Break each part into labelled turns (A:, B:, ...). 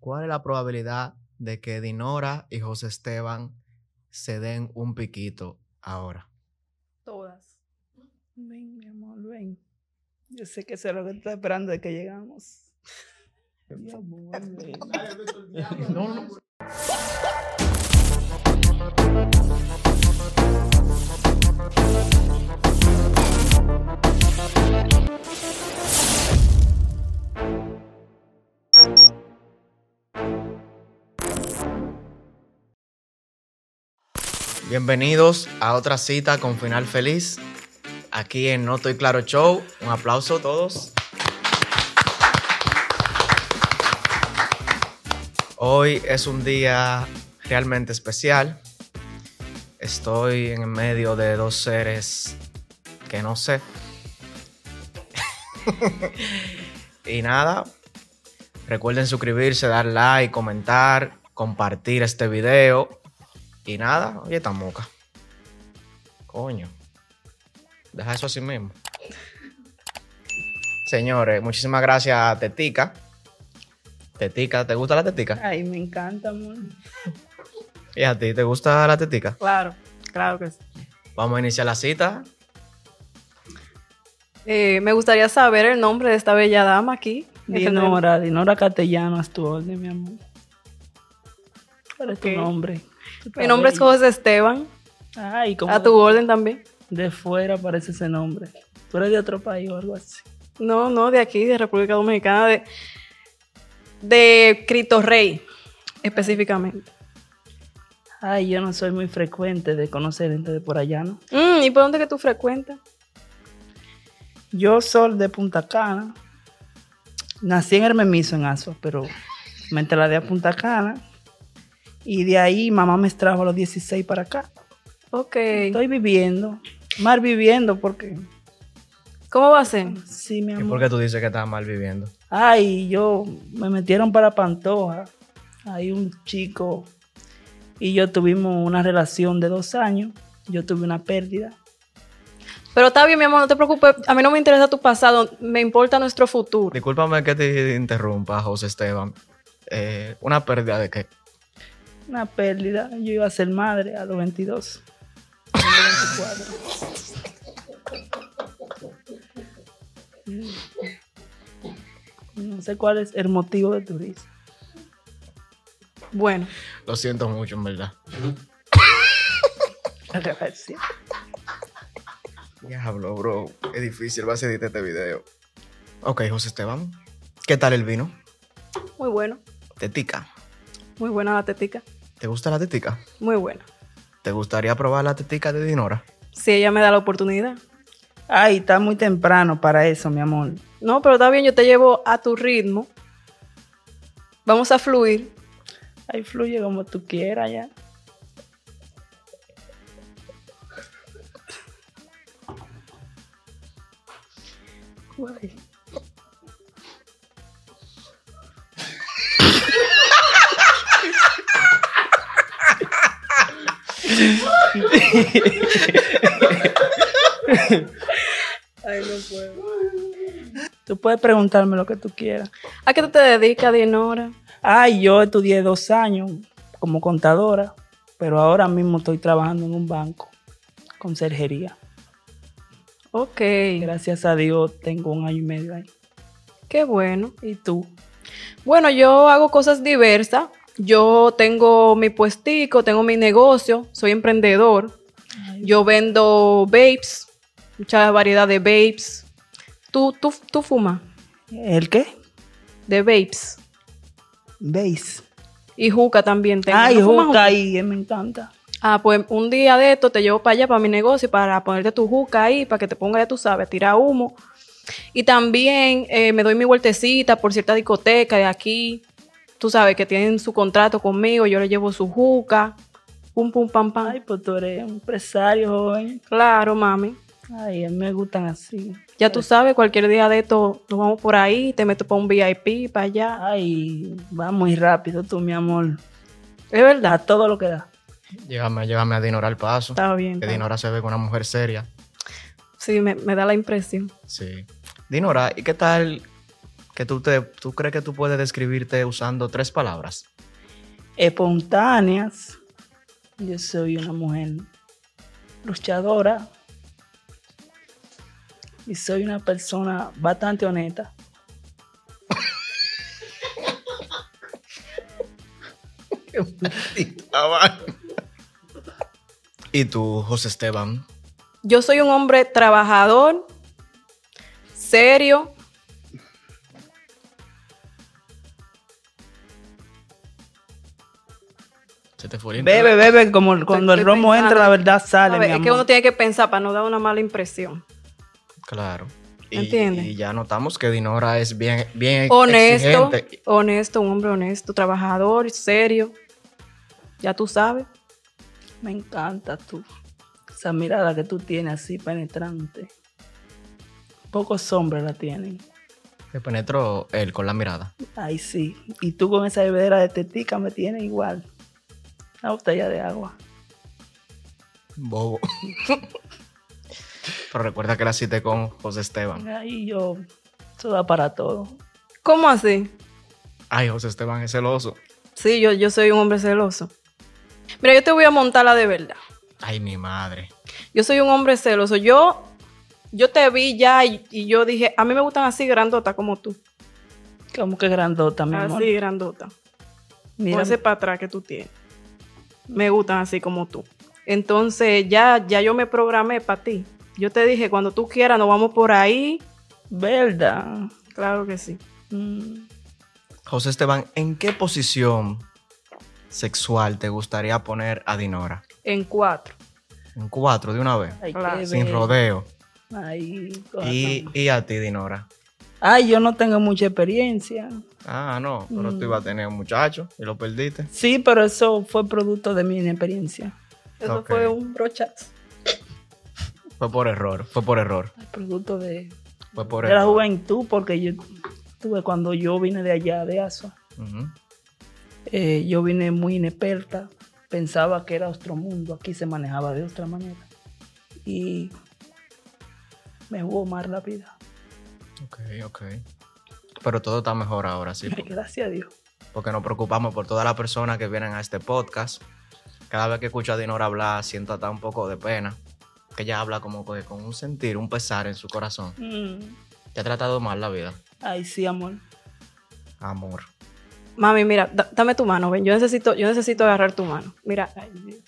A: ¿cuál es la probabilidad de que Dinora y José Esteban se den un piquito ahora?
B: Todas. Ven, mi amor, ven. Yo sé que eso es lo que está esperando de que llegamos. Mi amor, ven.
A: No, no. Bienvenidos a otra cita con final feliz. Aquí en No Estoy Claro Show. Un aplauso a todos. Hoy es un día realmente especial. Estoy en medio de dos seres que no sé. y nada, recuerden suscribirse, dar like, comentar, compartir este video. Y nada, oye, tan moca. Coño. Deja eso así mismo. Señores, muchísimas gracias a Tetica. Tetica, ¿te gusta la tetica?
B: Ay, me encanta, amor.
A: ¿Y a ti te gusta la tetica?
B: Claro, claro que sí.
A: Vamos a iniciar la cita.
C: Eh, me gustaría saber el nombre de esta bella dama aquí.
B: Dinora, Dinora Castellanos, tu orden, mi amor. ¿Cuál es
C: Ok.
B: tu nombre?
C: Mi nombre es José Esteban.
B: Ay, ¿cómo
C: A tu orden también.
B: de fuera aparece ese nombre? ¿Tú eres de otro país o algo así?
C: No, no, de aquí, de República Dominicana, de, de Cristo Rey, específicamente.
B: Ay, yo no soy muy frecuente de conocer gente de por allá, ¿no?
C: Mm, ¿Y por dónde que tú frecuentas?
B: Yo soy de Punta Cana. Nací en Hermemiso, en Asua, pero me trasladé a Punta Cana. Y de ahí mamá me trajo a los 16 para acá.
C: Ok.
B: Estoy viviendo, mal viviendo, porque
C: ¿Cómo va a ser?
B: sí, mi
A: ¿Y
B: amor.
A: por qué tú dices que estás mal viviendo?
B: Ay, yo me metieron para Pantoja. Hay un chico y yo tuvimos una relación de dos años. Yo tuve una pérdida.
C: Pero está bien, mi amor, no te preocupes. A mí no me interesa tu pasado, me importa nuestro futuro.
A: Discúlpame que te interrumpa, José Esteban. Eh, ¿Una pérdida de qué?
B: Una pérdida. Yo iba a ser madre a los 22. a los 24. No sé cuál es el motivo de tu risa.
C: Bueno,
A: Lo siento mucho, en verdad.
B: La gracia.
A: Diablo, bro. Es difícil, vas a editar este video. Ok, José Esteban. ¿Qué tal el vino?
C: muy bueno.
A: Tetica.
C: Muy buena la tetica.
A: ¿Te gusta la tetica?
C: Muy buena.
A: ¿Te gustaría probar la tetica de Dinora?
C: Si ella me da la oportunidad.
B: Ay, está muy temprano para eso, mi amor.
C: No, pero está bien, yo te llevo a tu ritmo. Vamos a fluir.
B: Ay, fluye como tú quieras ya. Guay.
C: Ay, no puedo.
B: Tú puedes preguntarme lo que tú quieras.
C: ¿A qué tú te dedicas, Dinora?
B: Ay, yo estudié dos años como contadora, pero ahora mismo estoy trabajando en un banco, conserjería.
C: Ok,
B: Gracias a Dios tengo un año y medio ahí.
C: qué bueno.
B: ¿Y tú?
C: Bueno, yo hago cosas diversas. Yo tengo mi puestico, tengo mi negocio, soy emprendedor. Yo vendo vapes, mucha variedad de vapes. ¿Tú, tú, tú fumas
B: ¿El qué?
C: de vapes?
B: ¿Veis?
C: Y juca también tengo.
B: Ay,
C: ¿No fumas
B: Ah, juca ahí, eh, me encanta.
C: Ah, pues un día de esto te llevo para allá, para mi negocio, para ponerte tu juca ahí, para que te ponga, ya tú sabes, tira humo. Y también eh, me doy mi vueltecita por cierta discoteca de aquí. Tú sabes que tienen su contrato conmigo, yo le llevo su juca. Pum, pum, pam, pam.
B: Ay, pues tú eres un empresario joven.
C: claro, mami.
B: Ay, a mí me gustan así.
C: Ya tú sabes, cualquier día de esto nos vamos por ahí, te meto para un VIP, para allá.
B: Ay, va muy rápido tú, mi amor.
C: Es verdad,
B: Da todo lo que da.
A: Llévame, llévame a Dinora al paso.
C: está bien.
A: Que
C: está bien.
A: Dinora se ve con una mujer seria.
C: Sí, me, me da la impresión.
A: Sí. Dinora, ¿y qué tal que tú, te, tú crees que tú puedes describirte usando tres palabras.
B: espontáneas. Yo soy una mujer luchadora y soy una persona bastante honesta.
A: Y tú, José Esteban,
C: Yo soy un hombre trabajador, serio.
A: se te fue el internet.
B: Bebe, bebe, como el- cuando el
C: estoy
B: romo
C: pensando.
B: entra, la verdad sale.
C: A ver,
B: mi
C: es que
B: amor.
C: uno tiene que pensar para no dar una mala impresión.
A: Claro. Y,
C: ¿Entiendes?
A: y ya notamos que Dinora es bien, bien
C: Honesto,
A: Eh, exigente.
C: honesto, un hombre honesto, trabajador, serio. Ya tú sabes.
B: Me encanta tú. Esa mirada que tú tienes así penetrante. Pocos hombres la tienen.
A: Te penetró él con la mirada.
B: Ay, sí. Y tú con esa bebedera de tetica me tienes igual. Una botella de agua.
A: Bobo. Pero recuerda que la cité con José Esteban.
B: Ahí yo, eso da para todo.
C: ¿Cómo así?
A: Ay, José Esteban es celoso.
C: Sí, yo, yo soy un hombre celoso. Mira, yo te voy a montar la de verdad.
A: Ay, mi madre.
C: Yo soy un hombre celoso. Yo, yo te vi ya y, y yo dije, a mí me gustan así grandotas como tú.
B: Como que grandota, Ah, mi amor.
C: Así grandotas. Mira
B: Mira,
C: Ah, ese para atrás que tú tienes. Me gustan así como tú. Entonces ya, ya yo me programé para ti. Yo te dije, cuando tú quieras, nos vamos por ahí.
B: verdad.
C: Claro que sí.
B: Mm.
A: José Esteban, ¿en qué posición sexual te gustaría poner a Dinora?
C: En cuatro.
A: En cuatro, de una vez.
B: Ay,
C: Claro.
B: qué
A: Sin
B: bello.
A: rodeo.
B: Ay,
A: Y,
B: corazón.
A: y a ti, Dinora.
B: Ay, yo no tengo mucha experiencia.
A: Ah, no, pero
B: Mm.
A: tú ibas a tener un muchacho y lo perdiste.
B: Sí, pero eso fue producto de mi inexperiencia.
C: Eso
A: Ok.
C: fue un brochazo.
A: Fue por error, fue por error.
B: Producto de,
A: Fue por
B: de la
A: error.
B: juventud, porque yo tuve cuando yo vine de allá, de ASO.
A: Ujú.
B: Eh, yo vine muy inexperta, pensaba que era otro mundo, aquí se manejaba de otra manera. Y me jugó mal la vida.
A: Ok, ok. Pero todo está mejor ahora, sí. pues.
B: Ay, Gracias a Dios.
A: Porque nos preocupamos por todas las personas que vienen a este podcast. Cada vez que escucho a Dinora hablar, siento hasta un poco de pena. Que ella habla como que con un sentir, un pesar en su corazón.
B: Mm.
A: Te ha tratado mal la vida.
B: Ay, sí, amor.
A: Amor.
C: Mami, mira, da- dame tu mano, ven. Yo necesito, yo necesito agarrar tu mano. Mira,
B: Ay, Dios.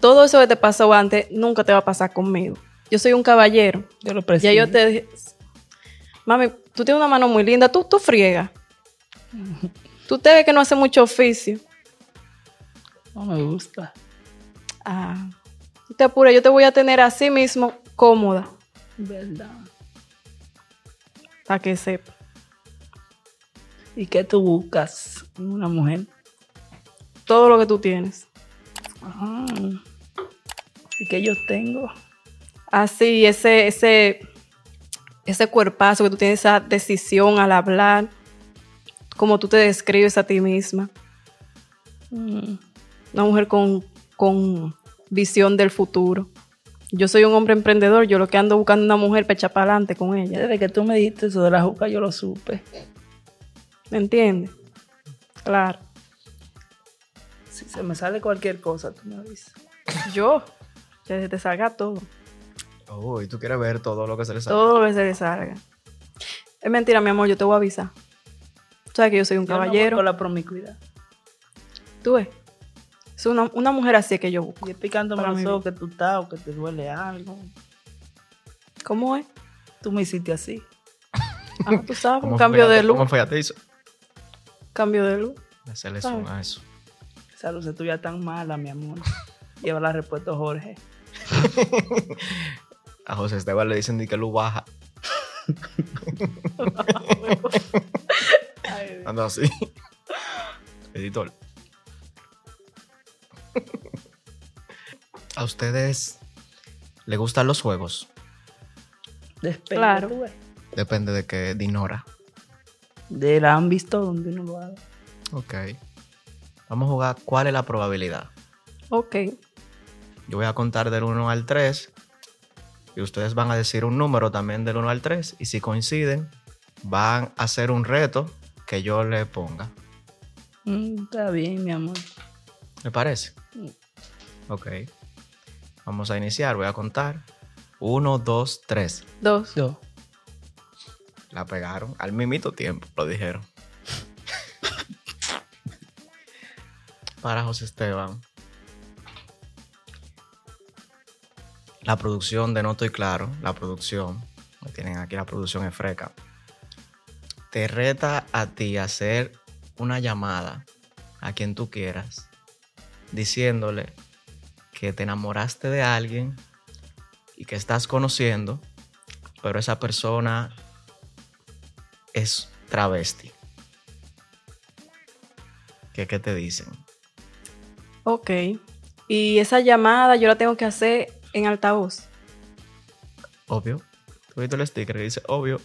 C: todo eso que te pasó antes nunca te va a pasar conmigo. Yo soy un caballero.
B: Yo lo presioné.
C: Ya yo te dije, mami, tú tienes una mano muy linda, tú, tú friegas. Tú te ves que no hace mucho oficio.
B: No me gusta.
C: Ah, no te apures, yo te voy a tener así mismo cómoda,
B: ¿Verdad?
C: para que sepa.
B: ¿Y qué tú buscas en una mujer?
C: Todo lo que tú tienes.
B: Ah. ¿Y qué yo tengo?
C: Así, Ah, ese, ese, ese cuerpazo que tú tienes, esa decisión al hablar, como tú te describes a ti misma.
B: Mm.
C: una mujer con, con visión del futuro. Yo soy un hombre emprendedor, yo lo que ando buscando es una mujer para echar para adelante con ella.
B: Desde que tú me dijiste eso de la juca, yo lo supe.
C: ¿Me entiendes? Claro.
B: Si se me sale cualquier cosa, tú me avisas.
C: Yo, que se te salga todo.
A: Uy, tú quieres ver todo lo que se le sale.
C: Todo lo que se te salga. Es mentira, mi amor, yo te voy a avisar. Tú sabes que yo soy un
B: Yo no
C: caballero.
B: busco la promiscuidad.
C: Tú ves. Es una, una mujer así que yo busco.
B: Y es picándome
C: Para
B: los
C: mi
B: ojos que tú estás o que te duele algo.
C: ¿Cómo es?
B: Tú me hiciste así.
C: Ah, tú sabes,
A: ¿Cómo
C: un cambio
A: fue-
C: de luz.
A: ¿Cómo fue a ti eso?
C: Cambio de luz.
A: Hacerle
C: Ay.
A: zoom a eso.
B: Esa luz es tuya tan mala, mi amor. Lleva la respuesta Jorge.
A: A José Esteban le dicen "Di que luz baja.
B: Ay,
A: Ando así. Editor. ¿A ustedes les gustan los juegos?
B: despegue,
C: Claro.
B: tú ves.
A: Depende de qué Dinora.
B: Del ámbito donde uno lo haga.
A: Ok. Vamos a jugar cuál es la probabilidad.
C: Ok.
A: Yo voy a contar del 1 al 3. Y ustedes van a decir un número también del 1 al 3. Y si coinciden, van a hacer un reto que yo le ponga.
B: Mm, está bien, mi amor.
A: ¿Me parece?
B: Sí.
A: Ok. Vamos a iniciar. Voy a contar. Uno, dos, tres.
C: Dos.
B: Dos.
A: La pegaron al mismito tiempo, lo dijeron. Para José Esteban. La producción de No Estoy Claro, la producción, me tienen aquí, la producción es freca. Te reta a ti a hacer una llamada a quien tú quieras, diciéndole que te enamoraste de alguien y que estás conociendo, pero esa persona es travesti. ¿Qué, qué te dicen?
C: Ok. Y esa llamada yo la tengo que hacer en altavoz.
A: Obvio. Tú viste el sticker que dice obvio.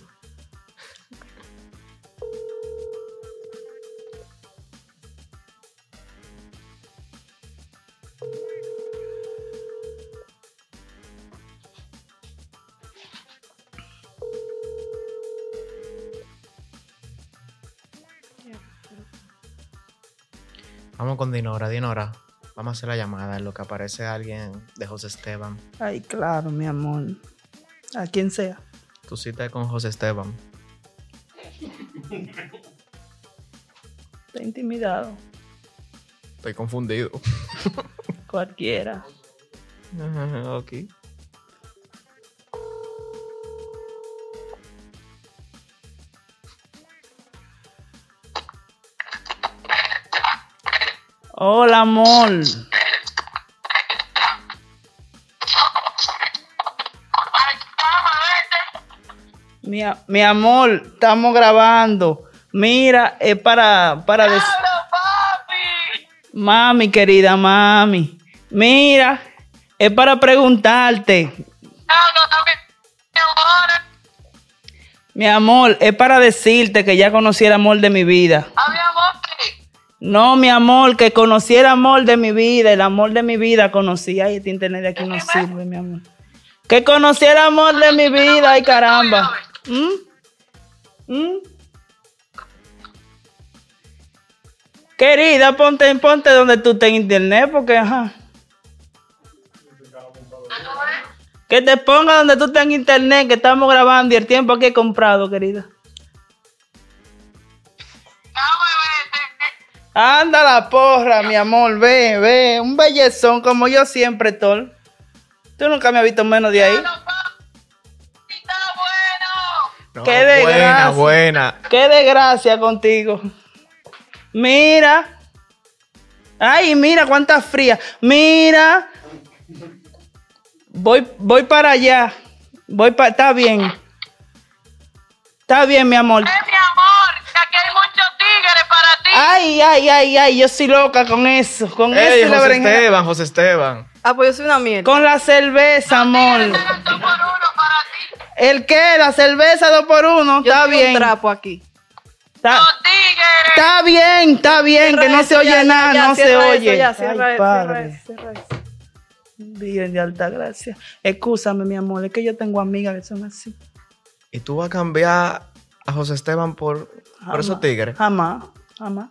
A: Vamos con Dinora. Dinora, vamos a hacer la llamada en lo que aparece alguien de José Esteban.
B: Ay, claro, mi amor. A quien sea.
A: Tu cita es con José Esteban.
B: Está intimidado.
A: Estoy confundido.
B: Cualquiera.
A: ok.
B: Hola, amor. Mi, a- mi amor, estamos grabando. Mira, es para, para decir. Mami, querida mami. Mira, es para preguntarte. Mi amor, es para decirte que ya conocí el amor de mi vida. No, mi amor, que conocí el amor de mi vida, el amor de mi vida conocí. Ay, este internet de aquí no sirve, mi amor. Que conocí el amor de mi vida, ay caramba. ¿Mm? ¿Mm? Querida, ponte, ponte donde tú estés en internet, porque ajá. Que te ponga donde tú estés en internet, que estamos grabando y el tiempo aquí he comprado, querida. Anda la porra, mi amor, ve, ve, un bellezón como yo siempre, Tol. Tú nunca me has visto menos de ahí.
A: No,
B: Qué de
A: buena,
B: gracia.
A: buena.
B: Qué desgracia contigo. Mira. Ay, mira cuánta fría. Mira. Voy, voy para allá. Voy para. Está bien. Está bien, mi amor. Ay, ay, ay, ay. Yo soy loca con eso. Con este
A: Ey,
B: eso y la
A: José
B: berenjena.
A: Esteban, José Esteban.
C: Ah, pues yo soy una mierda.
B: Con la cerveza, amor. ¿El qué? La cerveza dos por uno.
C: Yo
B: Está
C: soy
B: bien.
C: un trapo aquí.
B: Está, está bien, está bien. Que no se oye nada, no se oye.
C: Ya, cierra
B: Ay,
C: eso,
B: padre.
C: cierra eso, cierra eso.
B: Virgen de alta gracia. Excúsame, mi amor, es que yo tengo amigas que son así.
A: ¿Y tú vas a cambiar a José Esteban por, por esos tigres?
B: Jamás, jamás.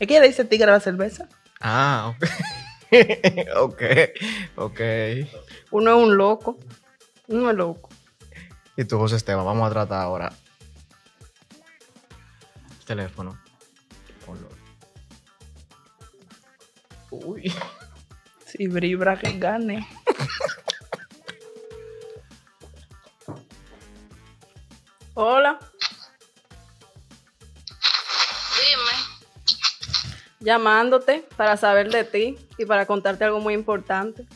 B: Es que ella le dice tigre a la cerveza.
A: Ah, ok. ok, ok.
C: Uno es un loco. Uno es loco.
A: Y tú, José Esteban, vamos a tratar ahora. Teléfono. Ponlo. Uy.
B: Si vibra que gane.
C: Hola. Llamándote para saber de ti y para contarte algo muy importante.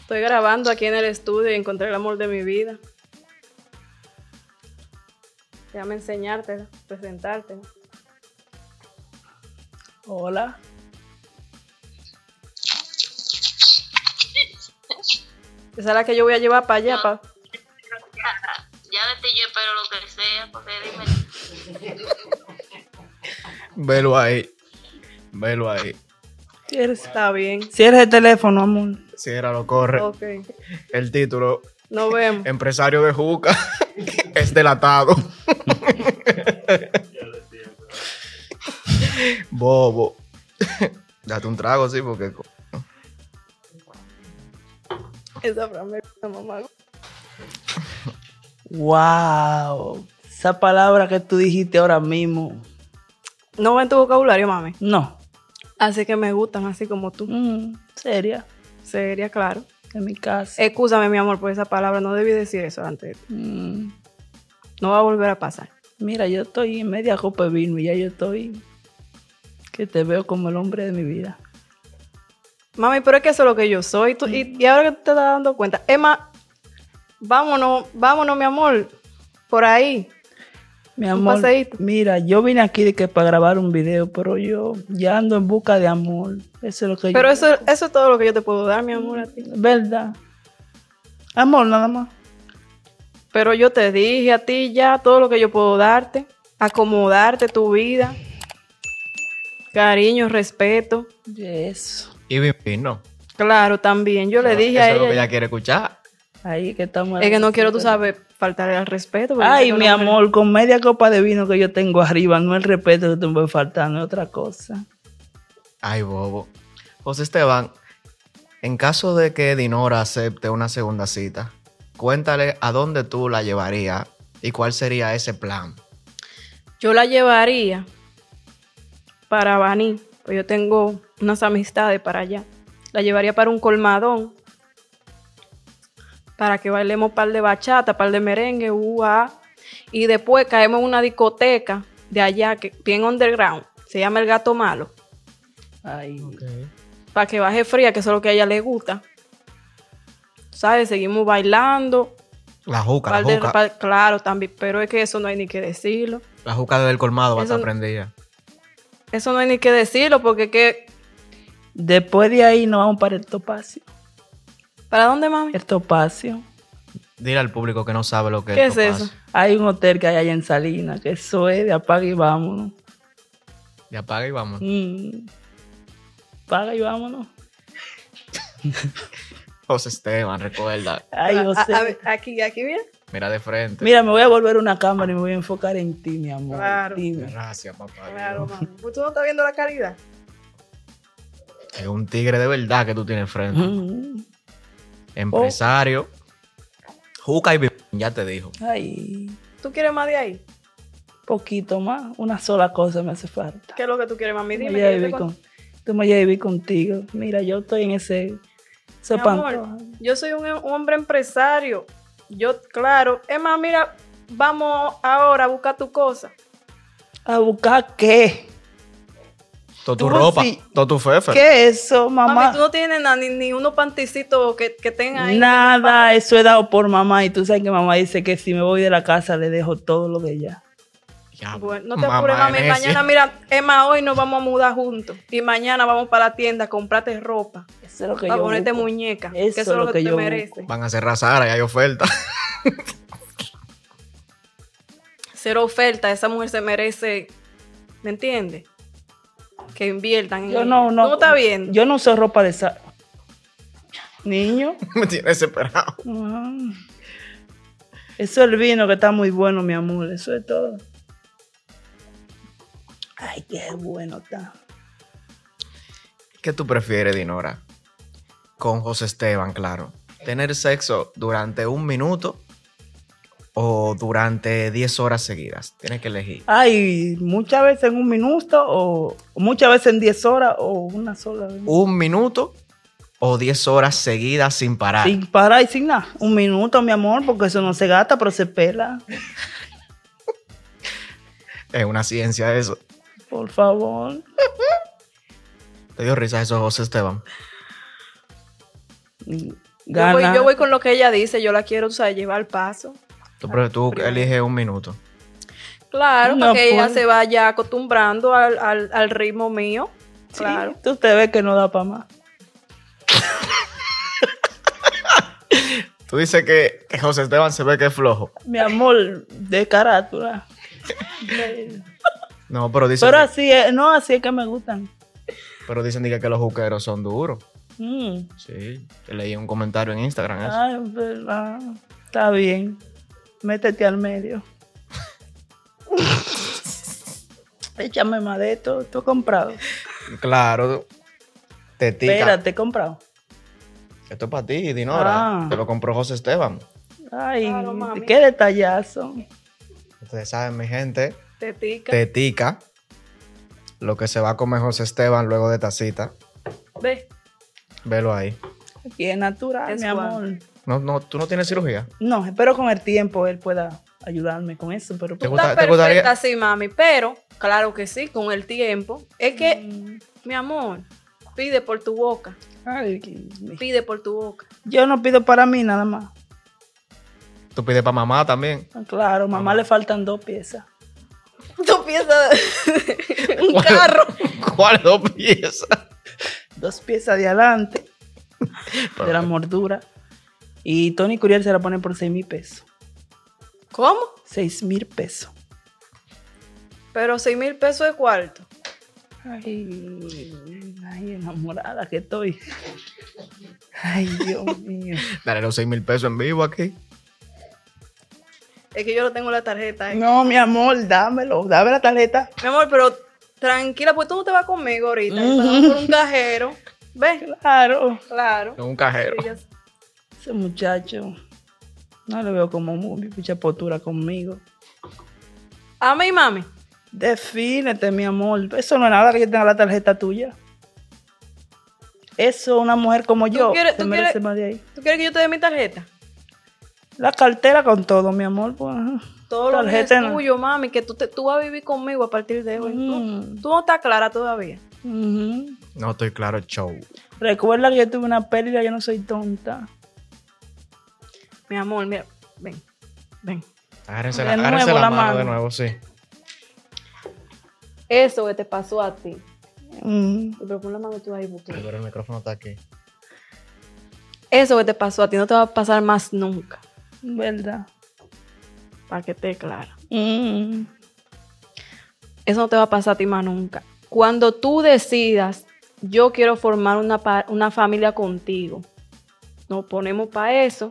C: Estoy grabando aquí en el estudio y encontré el amor de mi vida. Déjame enseñarte, presentarte.
B: Hola.
C: Esa es la que yo voy a llevar para allá. pa-
D: Ya de ti yo espero lo que sea, porque dime,
A: Velo ahí. Velo ahí.
B: Cierra
C: Está bien.
B: cierra el teléfono, amor.
A: Cierra, lo corre.
C: Ok.
A: El título. Em-
C: Nos vemos.
A: Empresario de Juca. es delatado. Bobo. Date un trago, sí, porque. co-
C: Esa frase me mamá.
B: Wow. Esa palabra que tú dijiste ahora mismo.
C: No va en tu vocabulario, mami.
B: No.
C: Así que me gustan, así como tú.
B: Mm, seria.
C: Sería claro.
B: En mi casa.
C: Excúsame, mi amor, por esa palabra. No debí decir eso antes.
B: Mm,
C: No va a volver a pasar.
B: mira, yo estoy en media copa de vino y ya yo estoy. Que te veo como el hombre de mi vida.
C: Mami, pero es que eso es lo que yo soy. Tú- y, y ahora que tú te estás dando cuenta. Emma, vámonos, vámonos, mi amor. Por ahí.
B: Mi
C: Un
B: amor,
C: paseíto.
B: mira, yo vine aquí de que para grabar un video, pero yo ya ando en busca de amor. Eso es lo que
C: Pero
B: yo.
C: eso, eso es todo lo que yo te puedo dar, mi amor, a ti.
B: ¿Verdad? Amor, nada más.
C: Pero yo te dije a ti ya todo lo que yo puedo darte, acomodarte tu vida, cariño, respeto.
B: Eso.
A: Y vino.
C: Claro, también. Yo le dije
A: Eso
C: a
A: es lo que
C: ella.
A: ella quiere escuchar.
B: Ahí que estamos.
C: Es que no quiero, tú sabes, faltar al respeto. porque
B: Ay,
C: yo
B: mi
C: no-
B: amor, con media copa de vino que yo tengo arriba, no el respeto que te voy faltando, es otra cosa.
A: Ay, bobo. José Esteban, en caso de que Dinora acepte una segunda cita, cuéntale a dónde tú la llevarías y cuál sería ese plan.
C: Yo la llevaría para Baní, pues yo tengo unas amistades para allá. La llevaría para un colmadón, para que bailemos par de bachata, par de merengue, UA. Y después caemos en una discoteca de allá, que, bien underground, se llama El Gato Malo,
B: Ay,
C: para que baje fría, que eso es lo que a ella le gusta. ¿Sabes? Seguimos bailando.
A: La juca, la
C: par de-
A: juca.
C: par- claro, también, pero es que eso no hay ni que decirlo.
A: La juca del colmado va a
C: Eso-
A: estar prendida.
C: Eso no hay ni que decirlo, porque que,
B: Después de ahí nos vamos para el topacio.
C: ¿Para dónde, mami?
B: El topacio.
A: Dile al público que no sabe lo que
C: ¿Qué
A: el
C: es
A: topacio.
C: eso?
B: Hay un hotel que hay allá en Salinas, que eso es de apaga y vámonos.
A: Ya apaga y vamos.
B: Mm. Paga y vámonos.
A: José Esteban, recuerda.
B: Ay,
C: A-
B: José.
C: Ah, a- a- aquí, aquí, mira.
A: Mira de frente.
B: Mira, me voy a volver una cámara y me voy a enfocar en ti, mi amor.
C: Claro.
B: Dime.
A: Gracias, papá.
C: Claro, mami. Pues tú no estás viendo la caridad.
A: Es un tigre de verdad que tú tienes frente.
B: Mm.
A: Empresario. Juca y vi- ya te dijo.
B: Ay,
C: ¿Tú quieres más de ahí?
B: poquito más. Una sola cosa me hace falta.
C: ¿Qué es lo que tú quieres, mami?
B: Tú
C: Dime.
B: me
C: que
B: llevas a
C: yo te
B: vivir
C: con-
B: con- tú me llevas a vivir contigo. Mira, yo estoy en ese, ese
C: Mi amor,
B: pantoja.
C: Yo soy un un hombre empresario. Yo, claro. Es más, mira, vamos ahora a buscar tu cosa.
B: ¿A buscar qué?
A: Toda tu
B: Tú
A: ropa,
B: sí.
A: todo tu fefe.
B: ¿Qué es eso,
C: Mami,
B: mamá?
C: tú no tienes na- ni, ni unos panticitos que, que tengan ahí.
B: Nada, eso he dado por mamá. Y tú sabes que mamá dice que si me voy de la casa le dejo todo lo de ella.
A: Ya,
C: Bueno, no te
A: mamá
C: apures, mami.
A: necia.
C: Mañana, mira, es más, hoy nos vamos a mudar juntos. Y mañana vamos para la tienda a comprarte ropa.
B: Eso es lo que
C: Para
B: yo
C: ponerte
B: busco.
C: muñeca. que
B: Eso
C: Eso, es lo que,
B: yo
C: te
B: busco.
C: mereces.
A: Van a cerrar Sara y hay oferta.
C: ser oferta, esa mujer se merece, ¿me entiendes? Que inviertan en
B: Yo
C: ella.
B: no, no.
C: ¿Tú no estás viendo?
B: Yo no uso ropa de esa. Niño.
A: Me tiene desesperado.
B: Ah. Eso es el vino que está muy bueno, mi amor. Eso es todo. Ay, qué bueno está.
A: ¿Qué tú prefieres, Dinora? Con José Esteban, claro. ¿Tener sexo durante un minuto o durante 10 horas seguidas? Tienes que elegir.
B: Ay, muchas veces en un minuto o muchas veces en 10 horas o una sola vez.
A: ¿Un minuto o 10 horas seguidas sin parar?
B: Sin parar y sin nada. Un minuto, mi amor, porque eso no se gasta, pero se pela.
A: Es una ciencia eso.
B: Por favor.
A: Te dio risa eso, José Esteban.
C: Yo voy,
B: Gana.
C: yo voy con lo que ella dice, yo la quiero, tú sabes, llevar al paso.
A: Tú, pero tú eliges un minuto.
C: Claro,
B: No
C: para que ella
B: puedo.
C: se vaya acostumbrando al, al- al ritmo mío.
B: Sí,
C: Claro.
B: Tú te ves que no da para más.
A: Tú dices que, que José Esteban se ve que es flojo.
B: Mi amor, de carátula.
A: No, pero dicen,
B: Pero
A: que-
B: así es, no, así es que me gustan.
A: pero dicen diga, que los juqueros son duros.
B: Mm.
A: Sí, te leí un comentario en Instagram. eso.
B: Ay, verdad. Está bien. Métete al medio. échame más de esto, tú has comprado.
A: Claro. Tetica.
B: Ah. Espérate, he comprado.
A: Esto es para ti, Dinora.
B: Ah.
A: Te lo compró José Esteban.
B: Ay,
C: Claro, mami.
B: qué detallazo.
A: Ustedes saben, mi gente.
C: Tetica.
A: Tetica. Lo que se va a comer José Esteban luego de tacita.
C: Ve.
A: Velo ahí.
B: Y es natural,
C: Es
B: mi
C: guau.
B: amor.
A: No, no, tú no tienes cirugía.
B: No, espero con el tiempo él pueda ayudarme con eso, pero
A: ¿Te gusta-
C: Está
A: te gustaría-
C: perfecta, sí, mami. Pero, claro que sí, con el tiempo. Es que,
B: Mm,
C: mi amor, pide por tu boca.
B: ay, mi-
C: Pide por tu boca.
B: yo no pido para mí nada más.
A: Tú pides para mamá también.
B: Claro, mamá,
A: Mamá.
B: le faltan dos piezas.
C: Tú piensas un
A: ¿Cuál-
C: carro.
A: ¿Cuál dos piezas?
B: Dos piezas de adelante, de la
A: Pero-
B: mordura. Y Tony Curiel se la pone por seis mil pesos.
C: ¿Cómo?
B: Seis mil pesos.
C: Pero seis mil pesos de cuarto.
B: Ay, ay, enamorada que estoy. Ay, Dios mío.
A: Dale los seis mil pesos en vivo aquí.
C: Es que yo no tengo la tarjeta. ahí.
B: No, mi amor, dámelo, dame la tarjeta.
C: Mi amor, pero tranquila, pues tú no te vas conmigo ahorita. Pasamos por un cajero. ¿Ves?
B: Claro,
C: Claro.
A: En un cajero.
C: Ella-
B: ese muchacho. No lo veo como muy mucha postura conmigo.
C: A mí, mami.
B: Defínete, mi amor. Eso no es nada que yo tenga la tarjeta tuya. Eso, una mujer como yo,
C: quieres-
B: se
C: tú
B: merece
C: quieres-
B: más de ahí.
C: ¿Tú quieres que yo te dé mi tarjeta?
B: La cartera con todo, mi amor. pues, ajá.
C: Todo lo que es
B: Tarjeta no.
C: tuyo, mami, que tú, te- tú vas a vivir conmigo a partir de hoy.
B: Mm.
C: Tú, tú no estás clara todavía.
B: Ujú.
A: No estoy claro, show.
B: Recuerda que yo tuve una pérdida, yo no soy tonta.
C: Mi amor, mira, ven, ven.
A: Agárrense
B: De
A: la, agárrense
B: nuevo
A: la
B: la
A: mano,
B: mano.
A: de nuevo, sí.
C: Eso que te pasó a ti.
B: Ujú.
C: Pero pon la mano tú ahí, porque
A: Pero el micrófono está aquí.
C: Eso que te pasó a ti no te va a pasar más nunca.
B: ¿Verdad?
C: Para que esté clara.
B: Mm.
C: Eso no te va a pasar a ti más nunca. Cuando tú decidas, yo quiero formar una, pa- una familia contigo. Nos ponemos para eso.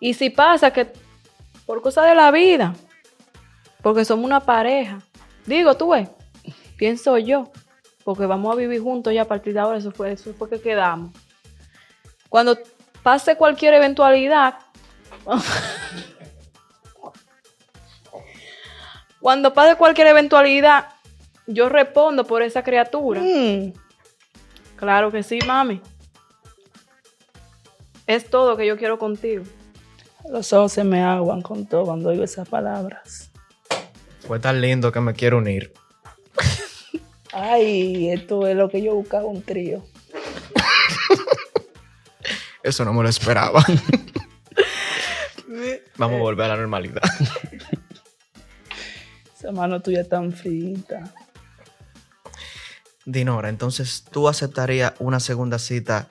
C: Y si pasa que por cosa de la vida, porque somos una pareja, digo, tú ves, pienso yo, porque vamos a vivir juntos ya a partir de ahora, eso fue, eso fue que quedamos. Cuando pase cualquier eventualidad, cuando pase cualquier eventualidad, yo respondo por esa criatura.
B: Mm.
C: Claro que sí, mami. Es todo que yo quiero contigo.
B: Los ojos se me aguan con todo cuando oigo esas palabras.
A: Fue tan lindo que me quiero unir.
B: Ay, esto es lo que yo buscaba, un trío.
A: Eso no me lo esperaba. Vamos a volver a la normalidad.
B: Esa mano tuya tan frita.
A: Dinora, entonces tú aceptarías una segunda cita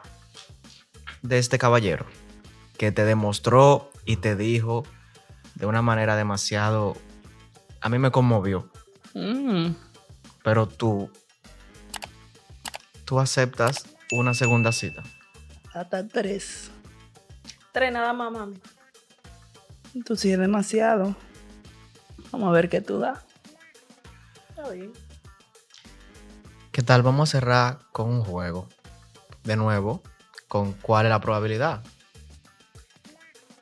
A: de este caballero que te demostró y te dijo de una manera demasiado... A mí me conmovió,
C: Mm.
A: pero tú... Tú aceptas una segunda cita.
B: Hasta tres.
C: Tres nada más, mami.
B: Tú sí es demasiado. Vamos a ver qué tú das.
C: Está bien.
A: ¿Qué tal? Vamos a cerrar con un juego. De nuevo, con cuál es la probabilidad.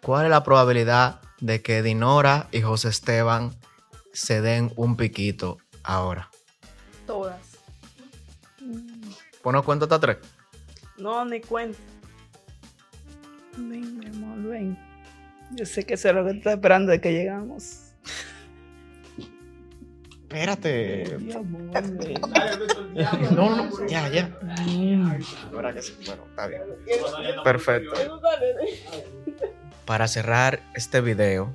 A: ¿Cuál es la probabilidad de que Dinora y José Esteban se den un piquito ahora?
C: Todas.
B: Mm.
A: Ponos cuenta hasta tres.
C: No, ni cuenta.
B: Ven, mi amor, ven. Yo sé que eso es lo que estás esperando de que llegamos.
A: Espérate.
B: Mi amor, ven.
A: No, no, no. Ya, ya.
B: Mm.
A: Ahora que sí. Bueno, está bien. Perfecto. Para cerrar este video,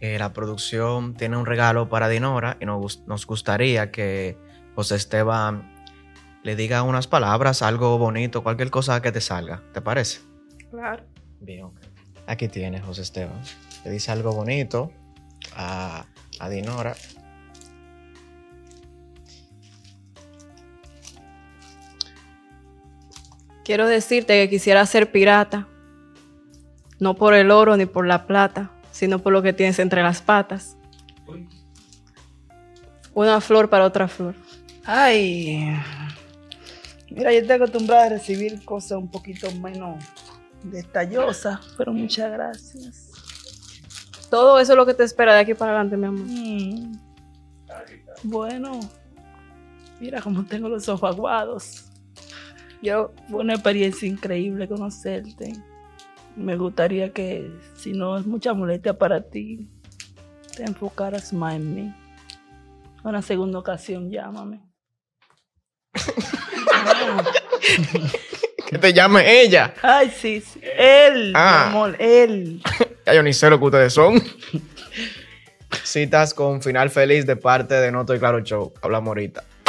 A: eh, la producción tiene un regalo para Dinora y nos, gust- nos gustaría que José Esteban le diga unas palabras, algo bonito, cualquier cosa que te salga. ¿Te parece?
C: Claro.
A: Bien, ok. Aquí tienes, José Esteban. Le dice algo bonito a, a Dinora.
C: Quiero decirte que quisiera ser pirata. No por el oro ni por la plata, sino por lo que tienes entre las patas. Una flor para otra flor.
B: Ay. Mira, yo estoy acostumbrada a recibir cosas un poquito menos detallosas, pero muchas gracias.
C: Todo eso es lo que te espera de aquí para adelante, mi amor.
B: Mm. Bueno, mira cómo tengo los ojos aguados. Yo, fue una experiencia increíble conocerte. Me gustaría que, si no es mucha molestia para ti, te enfocaras más en mí. Una segunda ocasión, llámame.
A: Que te llame ella.
B: Ay, sí, sí. Él,
A: Ah.
B: mi amor, él.
A: Ya yo ni sé lo que ustedes son. Citas con final feliz de parte de No Estoy Claro Show. Hablamos ahorita.